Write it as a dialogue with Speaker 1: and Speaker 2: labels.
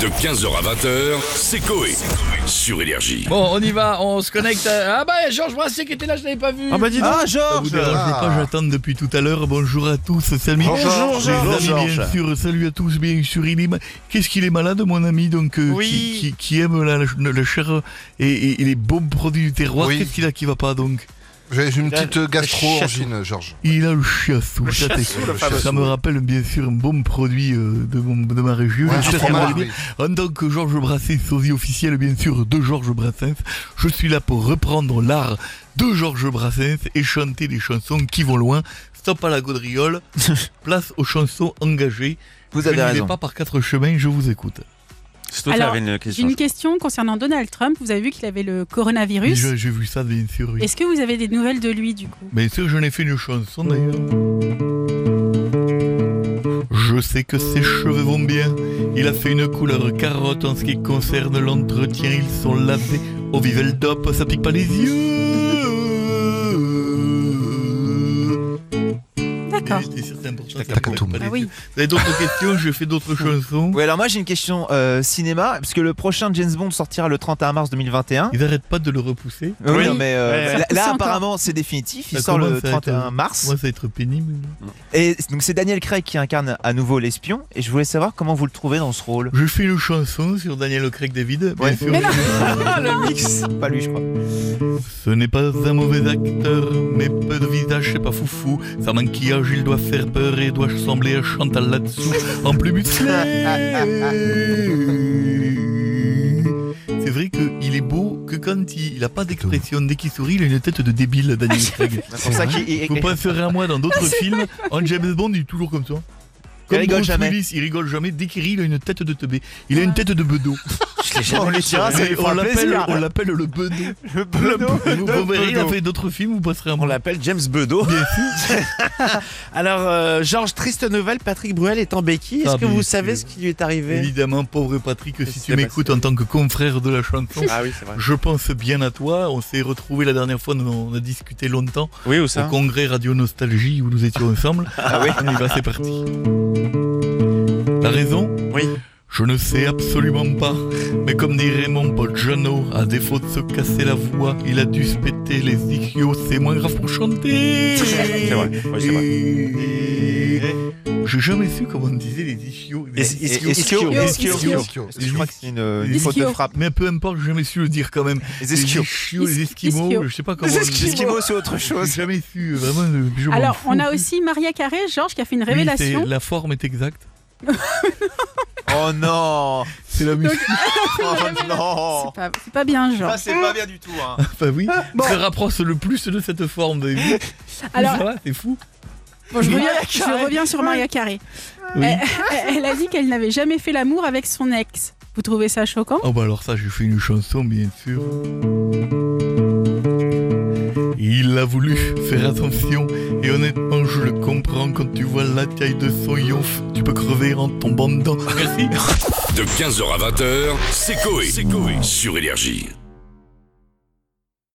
Speaker 1: De 15h à 20h, c'est Coé. Sur Énergie.
Speaker 2: Bon, on y va, on se connecte. à- Ah bah, Georges Brassens qui était là, je l'avais pas vu.
Speaker 3: Ah bah dis donc
Speaker 4: Ah,
Speaker 3: Ça vous
Speaker 4: Georges
Speaker 3: dérangez pas, j'attends depuis tout à l'heure. Bonjour à tous, salut.
Speaker 4: Bonjour,
Speaker 3: Les
Speaker 4: Georges.
Speaker 3: amis, bien
Speaker 4: Georges.
Speaker 3: sûr, salut à tous, bien sûr. Il est ma- Qu'est-ce qu'il est malade, mon ami, donc, euh,
Speaker 4: Oui.
Speaker 3: qui, qui- qui aime la, la- la chair et, et- et les bons produits du terroir.
Speaker 5: Oui.
Speaker 3: Qu'est-ce qu'il a qui va pas, donc
Speaker 5: J'ai j'ai une
Speaker 4: Il a
Speaker 5: petite gastro-angine, Georges.
Speaker 3: Il a le chiassou. ça, c'est- Ça me rappelle, bien sûr, un bon produit euh, de, mon- de ma région.
Speaker 5: Ouais,
Speaker 3: le
Speaker 5: du
Speaker 3: chair
Speaker 5: fromage,
Speaker 3: et
Speaker 5: oui.
Speaker 3: En tant que Georges Brassens, sosie officiel bien sûr de Georges Brassens, je suis là pour reprendre l'art de Georges Brassens et chanter des chansons qui vont loin. Stop à la gaudriole, place aux chansons engagées.
Speaker 4: Vous
Speaker 3: je
Speaker 4: avez
Speaker 3: n'y vais
Speaker 4: raison.
Speaker 3: pas par quatre chemins, je vous écoute.
Speaker 6: C'est toi qui
Speaker 7: Alors,
Speaker 6: avais une
Speaker 7: J'ai
Speaker 6: question.
Speaker 7: une question concernant Donald Trump. Vous avez vu qu'il avait le
Speaker 3: Mais
Speaker 7: coronavirus.
Speaker 3: je- J'ai vu ça bien sûr. Oui.
Speaker 7: Est-ce que vous avez des nouvelles de lui du coup
Speaker 3: Bien sûr, j'en ai fait une chanson d'ailleurs. Je sais que ses cheveux vont bien. Il a fait une couleur carotte en ce qui concerne l'entretien. Ils sont lavés. Au vive le dope, ça pique pas les yeux.
Speaker 7: D'accord.
Speaker 3: Et- et c'est important, ça pique pas
Speaker 5: Takatoum.
Speaker 3: les
Speaker 7: Ah
Speaker 3: yeux.
Speaker 7: oui.
Speaker 3: Vous avez d'autres questions Je fais d'autres chansons.
Speaker 4: Oui, alors moi j'ai une question euh, cinéma, parce que le prochain James Bond sortira le 31 mars 2021.
Speaker 3: Ils n'arrêtent pas de le repousser.
Speaker 4: Oui,
Speaker 6: Oui.
Speaker 4: non, mais euh,
Speaker 6: Ouais,
Speaker 4: là,
Speaker 7: ouais.
Speaker 4: là,
Speaker 7: Ça encore.
Speaker 4: apparemment c'est définitif, il
Speaker 3: Ça
Speaker 4: sort le
Speaker 3: commence à être-
Speaker 6: euh,
Speaker 4: 31 mars.
Speaker 3: Moi, ça va être pénible.
Speaker 4: Et donc c'est Daniel Craig qui incarne à nouveau l'espion, et je voulais savoir comment vous le trouvez dans ce rôle.
Speaker 3: Je fais une chanson sur Daniel Craig David. Bien
Speaker 4: Ouais.
Speaker 3: sûr,
Speaker 7: Mais non.
Speaker 4: Ah, le mix Pas lui je crois.
Speaker 3: Ce n'est pas un mauvais acteur, mais peu de visage, c'est pas foufou. Sa maquillage, il doit faire peur et doit sembler à Chantal là-dessous, en plus musclé. C'est vrai qu'il est beau que quand il, il a pas d'expression, dès qu'il sourit, il a une tête de débile, Daniel Craig.
Speaker 4: C'est pour ça qu'il il-
Speaker 3: Vous
Speaker 4: il-
Speaker 3: penserez à moi dans d'autres films, en James Bond, il est toujours comme ça. Comme
Speaker 4: rigole
Speaker 3: Bruce
Speaker 4: jamais.
Speaker 3: Willis, il rigole jamais. Dès qu'il rit, il a une tête de teubé. Il a une tête de bedeau.
Speaker 4: je l'ai jamais vu. Ah, ça lui
Speaker 3: on
Speaker 4: fera
Speaker 3: l'appelle
Speaker 4: plaisir.
Speaker 3: on l'appelle le bedeau.
Speaker 4: Le bono.
Speaker 3: Vous vous verrez, il a
Speaker 6: Bedeau.
Speaker 3: fait d'autres films, vous passerez à
Speaker 6: On
Speaker 3: moi.
Speaker 6: l'appelle James Bedeau. Alors, euh, Georges, triste nouvelle, Patrick Bruel est en béquille. Est-ce
Speaker 3: Ah,
Speaker 6: que
Speaker 3: bien
Speaker 6: vous
Speaker 3: sûr.
Speaker 6: savez ce qui lui est arrivé
Speaker 3: Évidemment, pauvre Patrick, si
Speaker 6: Qu'est-ce
Speaker 3: tu
Speaker 6: qui s'est
Speaker 3: m'écoutes en
Speaker 6: passé
Speaker 3: tant que confrère de la chanson,
Speaker 6: Ah oui, c'est vrai.
Speaker 3: je pense bien à toi. On s'est retrouvé la dernière fois, nous, on a discuté longtemps
Speaker 6: Oui, ou
Speaker 3: au
Speaker 6: ça
Speaker 3: congrès Radio Nostalgie où nous étions ensemble. Ah oui On y va, c'est parti. T'as raison
Speaker 6: Oui.
Speaker 3: Je ne sais absolument pas, mais comme dirait mon pote Jeannot, à défaut de se casser la voix, il a dû se péter les ichiots, c'est moins grave pour chanter
Speaker 6: C'est vrai. Oui, c'est vrai.
Speaker 3: J'ai jamais su comment on disait les ischios.
Speaker 6: Es- ischio-
Speaker 4: Ischio.
Speaker 6: ischio-
Speaker 7: Ischio.
Speaker 6: ischio.
Speaker 4: Je crois que c'est une, euh, une faute de
Speaker 7: Ischio.
Speaker 4: frappe.
Speaker 3: Mais peu importe, j'ai jamais su le dire quand même.
Speaker 4: Les
Speaker 3: Les
Speaker 4: esquios.
Speaker 3: ischios, les
Speaker 7: Is-
Speaker 3: esquimaux,
Speaker 7: ischio.
Speaker 3: je sais pas comment.
Speaker 4: Les
Speaker 3: on dit.
Speaker 4: esquimaux c'est autre
Speaker 3: J'ai
Speaker 4: chose.
Speaker 3: jamais su, euh, vraiment. euh, je m'en
Speaker 7: Alors,
Speaker 3: fous.
Speaker 7: on a aussi Maria Carré, Georges, qui a fait une
Speaker 3: Oui,
Speaker 7: révélation.
Speaker 3: c'est- la forme est exacte.
Speaker 4: Oh non
Speaker 3: C'est la musique.
Speaker 4: Oh non
Speaker 7: C'est pas, c'est pas bien,
Speaker 4: Ça
Speaker 7: Georges.
Speaker 4: c'est pas bien du tout hein.
Speaker 3: Enfin oui,
Speaker 7: Ah,
Speaker 3: se rapproche le plus de cette forme. vous avez vu
Speaker 7: Alors-
Speaker 3: Ça va, Ah, c'est fou.
Speaker 7: Bon, je, reviens,
Speaker 4: Mariah
Speaker 7: je
Speaker 4: Carey.
Speaker 7: reviens sur Maria Carré.
Speaker 3: Oui.
Speaker 7: Elle, elle a dit qu'elle n'avait jamais fait l'amour avec son ex. Vous trouvez ça choquant
Speaker 3: Oh bah alors ça, j'ai fait une chanson, bien sûr. Il a voulu faire attention et honnêtement je le comprends quand tu vois la taille de son yonf, tu peux crever en tombant dedans. Merci.
Speaker 1: De 15h à 20h, c'est Coé. Sur Énergie.